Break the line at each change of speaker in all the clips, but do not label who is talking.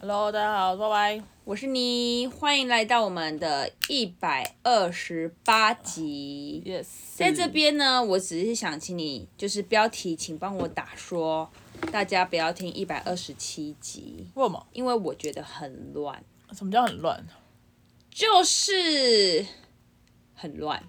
Hello，大家好，拜拜。
我是你，欢迎来到我们的一百二十八集。
Yes，
在这边呢，我只是想请你，就是标题，请帮我打说，大家不要听一百二十七集，
为什么？
因为我觉得很乱，
什么叫很乱？
就是很乱。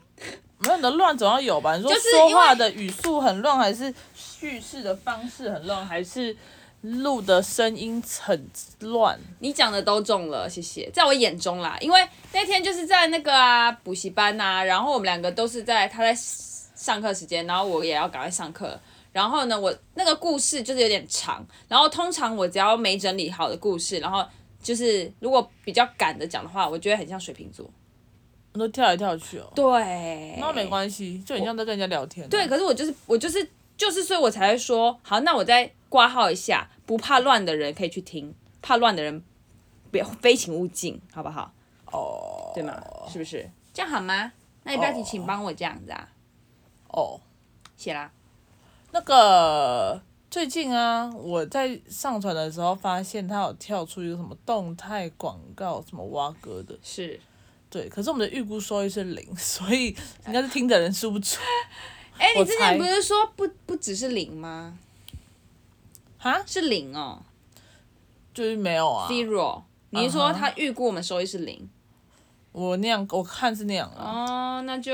没有你的乱总要有吧？你说
就是
说话
因为
的语速很乱，还是叙事的方式很乱，还是录的声音很乱？
你讲的都中了，谢谢。在我眼中啦，因为那天就是在那个啊补习班呐、然后我们两个都是在他在上课时间，然后我也要赶快上课。然后呢，我那个故事就是有点长，然后通常我只要没整理好的故事，然后就是如果比较赶的讲的话，我觉得很像水瓶座。
你都跳来跳去哦。
对，
那没关系，就很像在跟人家聊天啊、
对，可是我就是我就是就是，所以我才会说，好，那我再挂号一下，不怕乱的人可以去听，怕乱的人不要非请勿进，好不好？
哦，
对吗？是不是？这样好吗？那你标题请帮我这样子啊，
哦，
写啦。
那个最近啊，我在上传的时候发现它有跳出一个什么动态广告，什么蛙哥的，
是，
对。可是我们的预估收益是零， 所以应该是听的人数不出
哎、
我
你之
猜
前不是说不不只是零吗？
哈，
是零哦
就是没有啊。
，zero。你嗯是说他预估我们收益是零？
我那样，我看是那样啊。
哦，那就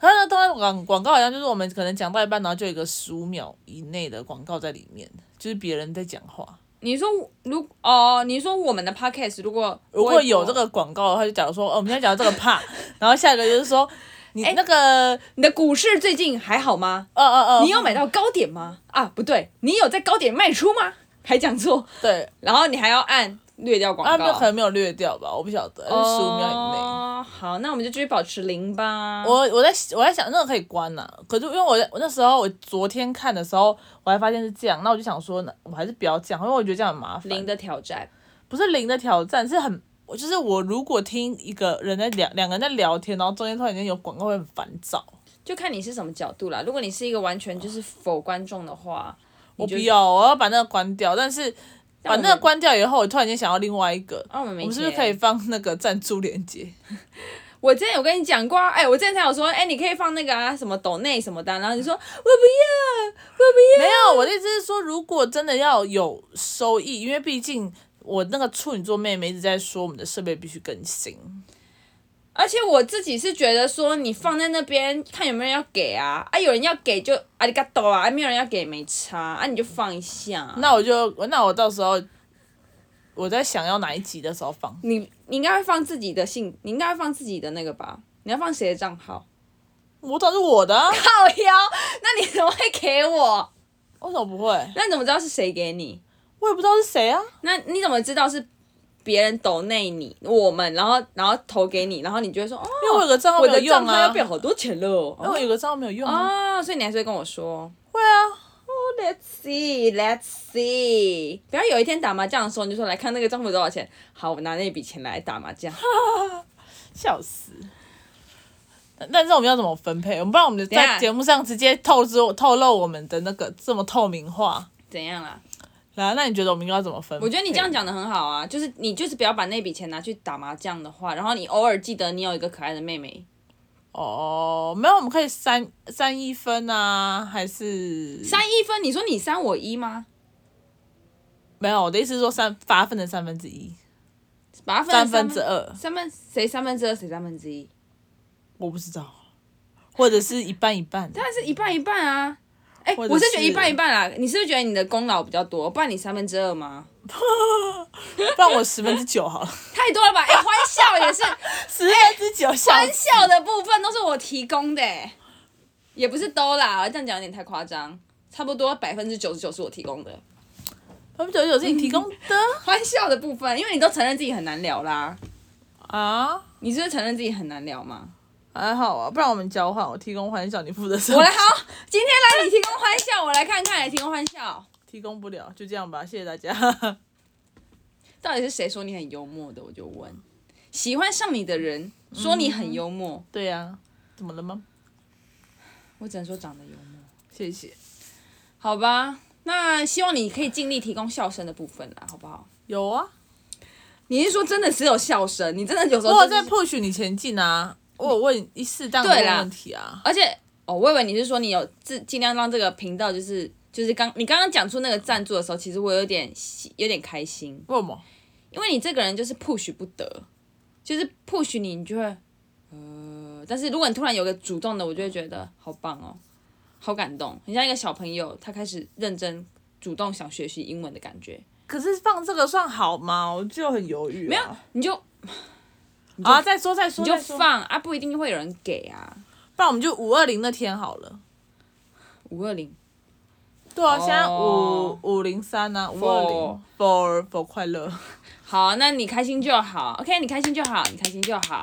它那当然广广告好像就是我们可能讲到一半，然后就有一个十五秒以内的广告在里面，就是别人在讲话。
你说如哦，你说我们的 podcast 如果
如果有这，个广告的话，就假如说，哦，我们现在讲到这个怕， 然后下一个就是说，你
哎
那个，
你的股市最近还好吗？
呃呃呃，
你有买到高点吗？啊，不对，你有在高点卖出吗？还讲错，
对，
然后你还要按略掉广
啊，
告，
没有可能没有略掉吧，我不晓得，是十五秒以内。
哦，好，那我们就继续保持零吧。
我我在我在想那个可以关呐、可是因为我在我那时候我昨天看的时候，我还发现是这样，那我就想说，那我还是不要这样，因为我觉得这样很麻烦。
零的挑战，
不是零的挑战，是很，我就是我如果听一个人在两两个人在聊天，然后中间突然间有广告会很烦躁，
就看你是什么角度啦。如果你是一个完全就是否观众的话，
我
我
不。要，我要把那个关掉。但是把
但我
那个
们
关掉以后，我突然间想要另外一个，
啊，我们没
我们是不是
钱
可以？放那个赞助连接？
我之前有跟你讲过啊，哎、我之前才有说，哎、你可以放那个啊，什么抖内什么的啊，然后你说我不要，
没有，我的意思是说，如果真的要有收益，因为毕竟我那个处女座妹妹一直在说我们的设备必须更新，
而且我自己是觉得说，你放在那边看有没有人要给啊，啊，有人要给就啊里嘎多啊，啊没有人要给也没差啊，你就放一下啊、
那我就那我到时候我在想要哪一集的时候放。
你你应该会放自己的信，你应该会放自己的那个吧？你要放谁的账 号？
我找是我的、啊，
靠腰，那你怎么会给我？
为什么不会？
那你怎么知道是谁给你？
我也不知道是谁啊。
那你怎么知道是别人抖内你我们，然后然后投给你，然后你就会说哦，
因为我有个账号
我
没有
的账
用
号要
啊，
变好多钱了。
因为我
哦
有个账号没有用啊。
哦，所以你还是会跟我说
会啊，
，Let's see，Let's see。不要有一天打麻将的时候你就说来看那个账户多少钱，好，我拿那笔钱来打麻将。
笑死。但但是我们要怎么分配？我们不然我们
等一
在
下
节目上直接透支透露我们的那个这么透明化。
怎样啦？
来，啊那你觉得我们应该要怎么分配？
我觉得你这样讲的很好啊，就是你就是不要把那笔钱拿去打麻将的话，然后你偶尔记得你有一个可爱的妹妹，
哦，没有，我们可以三三一分啊，还是
三一分，你说你三我一吗？
没有？我的意思是说三八分的三分之一，
把它分
三
成
分之二，
三分谁三分之二谁三分之一，
我不知道，或者是一半一半。
但是一半一半啊。哎、
或者
我是觉得
是
一半一半啦。你是不是觉得你的功劳比较多？不然你三分之二吗？
不然我十分之九好了，
太多了吧？哎、欢笑也是
十分之 九笑
欢
死
笑的部分都是我提供的、哎也不是都啦，这样讲有点太夸张。差不多百分之九十九是我提供的，
百分之九十九是你提供的
欢笑的部分，因为你都承认自己很难聊啦。
啊，
你是不是承认自己很难聊吗？
还好啊，不然我们交换，我提供欢笑，你负责什
我
么
来好，今天来你提供欢笑，我来看看你提供欢笑，
提供不了，就这样吧，谢谢大家。
到底是谁说你很幽默的？我就问，喜欢上你的人说你很幽默，
对呀、怎么了吗？
我只能说长得幽默，
谢谢。
好吧？那希望你可以尽力提供笑声的部分啦，好不好？
有啊，
你是说真的只有笑声？你真的有时候
我有
真
在
的是
push 你前进啊，我有问一适当的
对
问
啦
问题啊，
而且哦，我以为你是说你有自尽量让这个频道就是就是刚你刚刚讲出那个赞助的时候，其实我有点喜有点开心，
为什么？
因为你这个人就是 push 不得，就是 push 你，你就会呃，但是如果你突然有个主动的，我就会觉得好棒哦，好感动，很像一个小朋友，他开始认真主动想学习英文的感觉，
可是放这个算好吗？我就很犹豫、啊。没有
你就
啊，再说再说，
你就
再说，
放啊，不一定会有人给啊，
不然我们就五二零那天好了。
五二零
对啊，现在
哦
五五零三啊，五二零 for for 快乐。
好，那你开心就好，OK，你开心就好，你开心就好。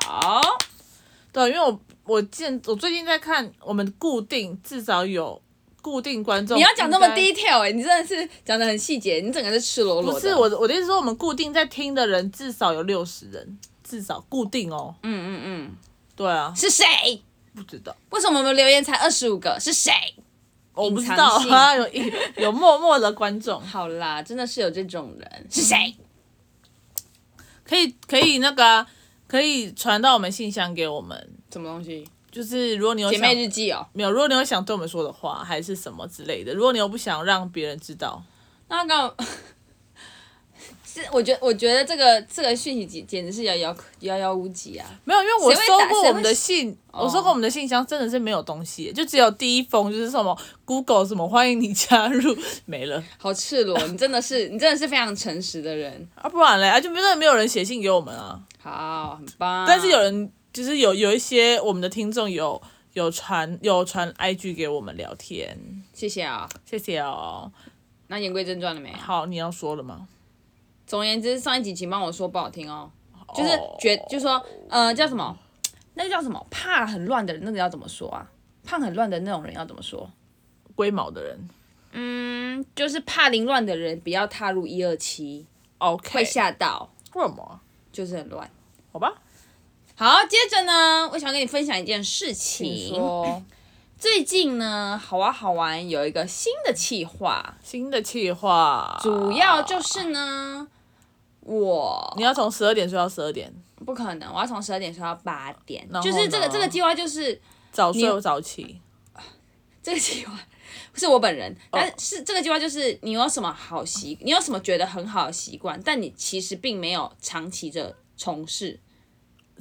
对，因为我我见我最近在看，我们固定至少有固定观众。
你要讲那么
低？
detail 哎、你真的是讲的很细节，你整个是赤裸裸的。嗯
不是我，的，我的意思是说，我们固定在听的人至少有六十人，至少固定哦。
嗯嗯嗯，
对啊，
是谁？
不知道，
为什么我们留言才二十五个？是谁？
我不知
隐
道
藏性
啊，有 有默默的观众，
好啦，真的是有这种人，是谁？
嗯可以可以那个、啊、可以传到我们信箱给我们，
什么东西？
就是如果你有
姐
想
妹日记哦。
没有，如果你有想对我们说的话还是什么之类的，如果你又不想让别人知道，
那个， 是我觉我觉得这个这个讯息简简直是遥遥遥遥无几啊。
没有，因为我
谁会
收
打
过
谁
我们
会
的信，我收过我们的信箱真的是没有东西，就只有第一封就是什么 Google 什么欢迎你加入 没了。
好 赤裸，你真的是你真的是非常诚实的人，
啊，不然嘞，啊，就真的没有人写信给我们啊。
好，很棒。
但是有人就是有有一些我们的听众有有传有传 IG 给我们聊天，
谢谢啊、
谢谢哦。
那言归正传了没？
好，你要说了吗？
总而言之，上一集请帮我说不好听哦，就是
哦
觉就说呃叫什么，那个叫什么怕很乱的人，那个要怎么说啊？怕很乱的那种人要怎么说？
龟毛的人
嗯，就是怕凌乱的人不要踏入一二七，
，OK，
会吓到，
为什么？
就是很乱。
好吧，
好，接着呢，我想跟你分享一件事情。
说
最近呢，好玩好玩有一个新的企划，
新的计划，
主要就是呢，我
你要从十二点睡到十二点，
不可能，我要从十二点睡到八点，
然后
就是这个
呢
这个计划就是
早睡早起。
这个计划是我本
哦
人，但是这个计划就是你有什么好习，你有什么觉得很好的习惯，但你其实并没有长期的从事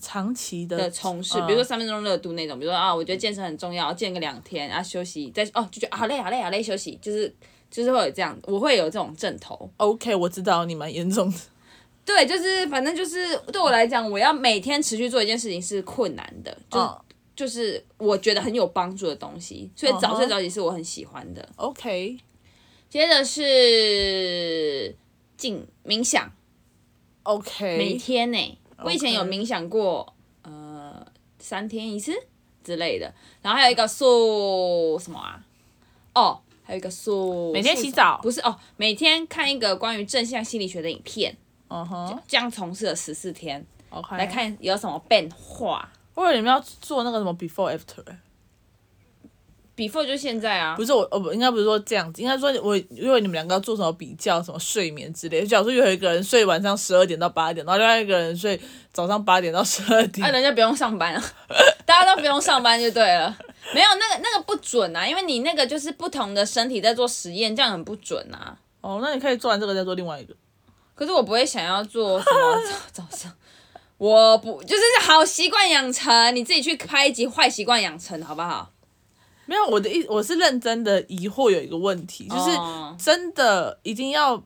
长期的
的从事，
嗯
比如说三分钟热度那种，比如说啊，我觉得健身很重要，健个两天啊，休息再哦，就觉得啊好累好累好累，休息就是就是会有这样，我会有这种阵头。
OK，我知道你蛮严重的，
对，就是反正就是对我来讲，我要每天持续做一件事情是困难的，就是、
嗯
就是我觉得很有帮助的东西，所以早睡
嗯哼
早起是我很喜欢的。
，OK，
接着是静冥想，
OK，
每天呢、我以前有冥想过，呃，三天一次之类的。然后还有一个塑什么啊？哦，还有一个塑
每天洗澡
不是哦，每天看一个关于正向心理学的影片，
嗯哼
这样从事了十四天，
，OK，
来，看有什么变化。
我以为你们要做那个什么 before after，、欸
before 就现在啊
不，是我，哦不，应该不是说这样子，应该说我因为你们两个要做什么比较，什么睡眠之类的。假如说有一个人睡晚上十二点到八点，然后另外一个人睡早上八点到十二点。
啊，人家不用上班啊， 大家都不用上班就对了。没有那个那个不准啊，因为你那个就是不同的身体在做实验，这样很不准啊。
哦，那你可以做完这个再做另外一个。
可是我不会想要做什么早早上，我不就是好习惯养成，你自己去拍一集坏习惯养成好不好？
没有，我的意我是认真的疑惑有一个问题，就是
哦
真的一定要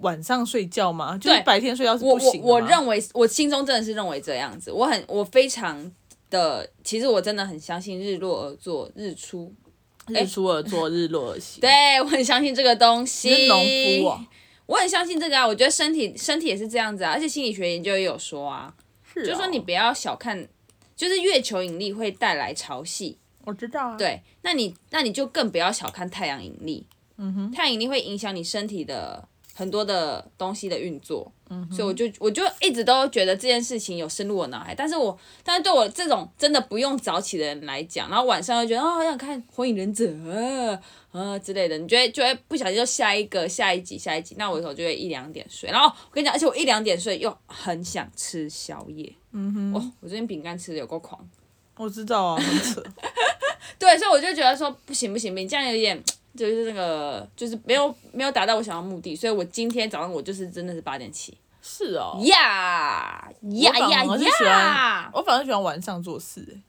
晚上睡觉吗？就是
对
白天睡觉是
我
不
我
行的
我
吗
认为我心中真的是认为这样子，我很我非常的，其实我真的很相信日落而作日出，
日出
哎
而作，日 落而息。
对我很相信这个东
你是
西。
农夫哦，
我很相信这个啊，我觉得身体身体也是这样子啊，而且心理学研究也有说啊，
是哦
就说你不要小看，就是月球引力会带来潮汐，
我知道啊，，
对，那你那你就更不要小看太阳引力，嗯哼，太阳引力会影响你身体的很多的东西的运作，所以我就我就一直都觉得这件事情有深入我脑海，但是我但是对我这种真的不用早起的人来讲，然后晚上又觉得哦好想看《火影忍者》啊啊之类的，你就会就会不小心就下一个下一集下一集，那我有时候就会一两点睡，然后我跟你讲，而且我一两点睡又很想吃宵夜，嗯哼，哦，我最近饼干吃的有够狂，
我知道啊，很 扯。
对，所以我就觉得说不行不行不行，这样有点就是那个就是没有没有达到我想要的目的，所以我今天早上我就是真的是八点起，
是哦，
呀呀
我
呀
反而是喜
呀
欢！ 我反而喜欢晚上做事、欸，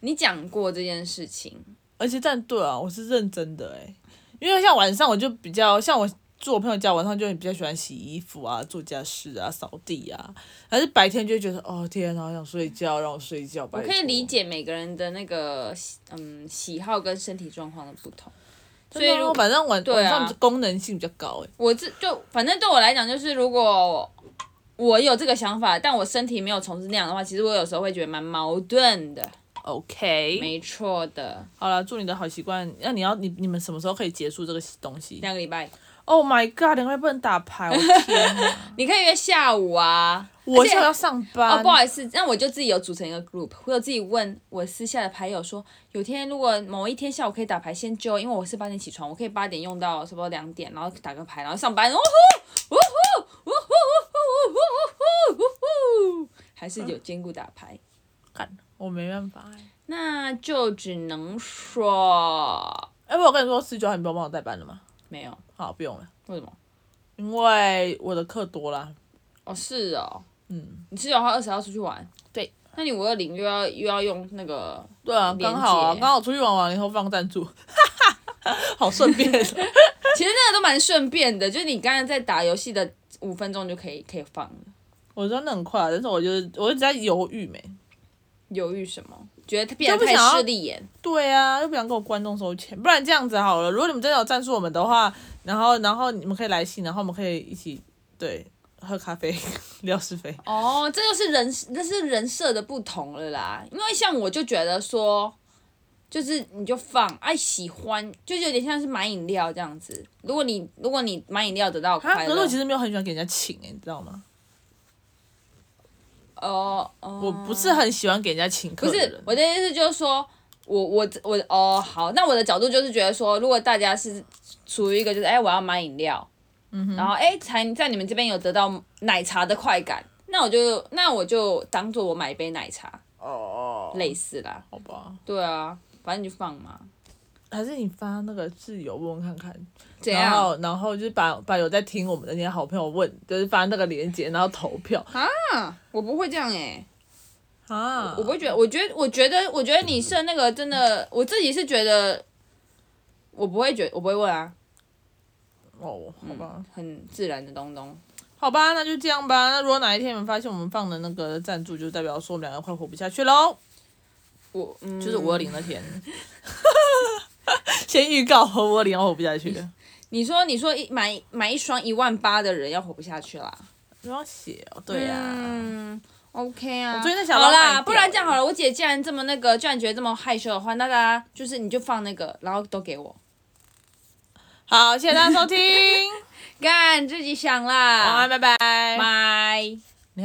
你讲过这件事情，
而且但对啊，我是认真的哎、因为像晚上我就比较像我住我朋友家，晚上就比较喜欢洗衣服啊、做家事啊、扫地啊，但是白天就会觉得哦天啊，好想睡觉，让我睡觉。我
我可以理，解每个人的那个喜嗯喜好跟身体状况的不同，所
所
以
以
如
晚上晚、
对
晚
啊
上功能性比较高哎、
我这就反正对我来讲，就是如果我有这个想法，但我身体没有从事那样的话，其实我有时候会觉得蛮矛盾的。
OK，
没错的，
好了，祝你的好习惯。那你要你你们什么时候可以结束这个东西
两个礼拜
？Oh my god，两个月不能打牌，我的天 啊、
你可以约下午啊。
我
而且
现在要上班。
哦，不好意思，那我就自己有组成一个 group，我有自己问我私下的牌友说，有天如果某一天下午可以打牌，先揪，因为我是八点起床，我可以八点用到差不多两点，然后打个牌，然后上班。哦呼，呜呼，呜呼，呜呼，呜呼，呜呼，呜呼，还是有兼顾打牌。
干，我没办法哎、
那就只能说
哎、不我跟你说，十九号你不要帮我代班了吗？
没有，
好，不用了，
为什么？
因为我的课多啦。
哦，是哦，
嗯，
你十九号、二十号出去玩，
对，
那你五二零又要又要用那个
对啊，
连
刚好啊，
结
刚好出去玩完以后放赞助， 哈哈哈，好顺便。哦
其实那个都蛮顺便的，就是你刚才在打游戏的五分钟就可以可以放了。
我真的很快啊，但是我就是我一直在犹豫没。
犹豫什么？觉得变得
就不
太
想要
势利眼，
对啊，又不想跟我观众收钱，不然这样子好了。如果你们真的有赞助我们的话，然后然后你们可以来信，然后我们可以一起对喝咖啡 聊是非。
哦，这就是人，这是人设的不同了啦。因为像我就觉得说，就是你就放，爱、喜欢，就是有点像是买饮料这样子。如果你如果你买饮料得到
啊，
快
可是我
乐，
其实没有很喜欢给人家请、欸，你知道吗？
哦哦，
我不是很喜欢给人家请客
不
的
是
人。
我的意思就是说，我我我哦好，那我的角度就是觉得说，如果大家是处于一个就是哎、我要买饮料，嗯然后哎、才在你们这边有得到奶茶的快感，那我就那我就当做我买一杯奶茶，
哦，
类似啦，
好吧，
对啊，反正你就放嘛，
还是你发那个自由问问看看，
怎
然
样？
后然后就是把把有在听我们的那些好朋友问，就是发那个链接，然后投票
啊我不会这样哎、
啊
我不会觉得，我觉得，我觉得，我觉得你设那个真的，我自己是觉得，我不会觉我不会问啊，
哦，好吧。
很自然的东东。
好吧，那就这样吧。那如果哪一天你们发现我们放的那个赞助，就代表说我们两个快活不下去喽，
我嗯，
就是五二零那天。先预告和五二零要活不 下去，
你说，你说一买买一双一万八的人要活不下去啦？
不要写哦。对呀、
嗯，OK 啊。
我最近在想
好
要卖
啦，
掉
不然这样好了，我姐既然这么那个，既然觉得这么害羞的话，那大家就是你就放那个，然后都给我。
好，谢谢大家收听，
干，自己想
晚安，
啦，
拜拜，
拜。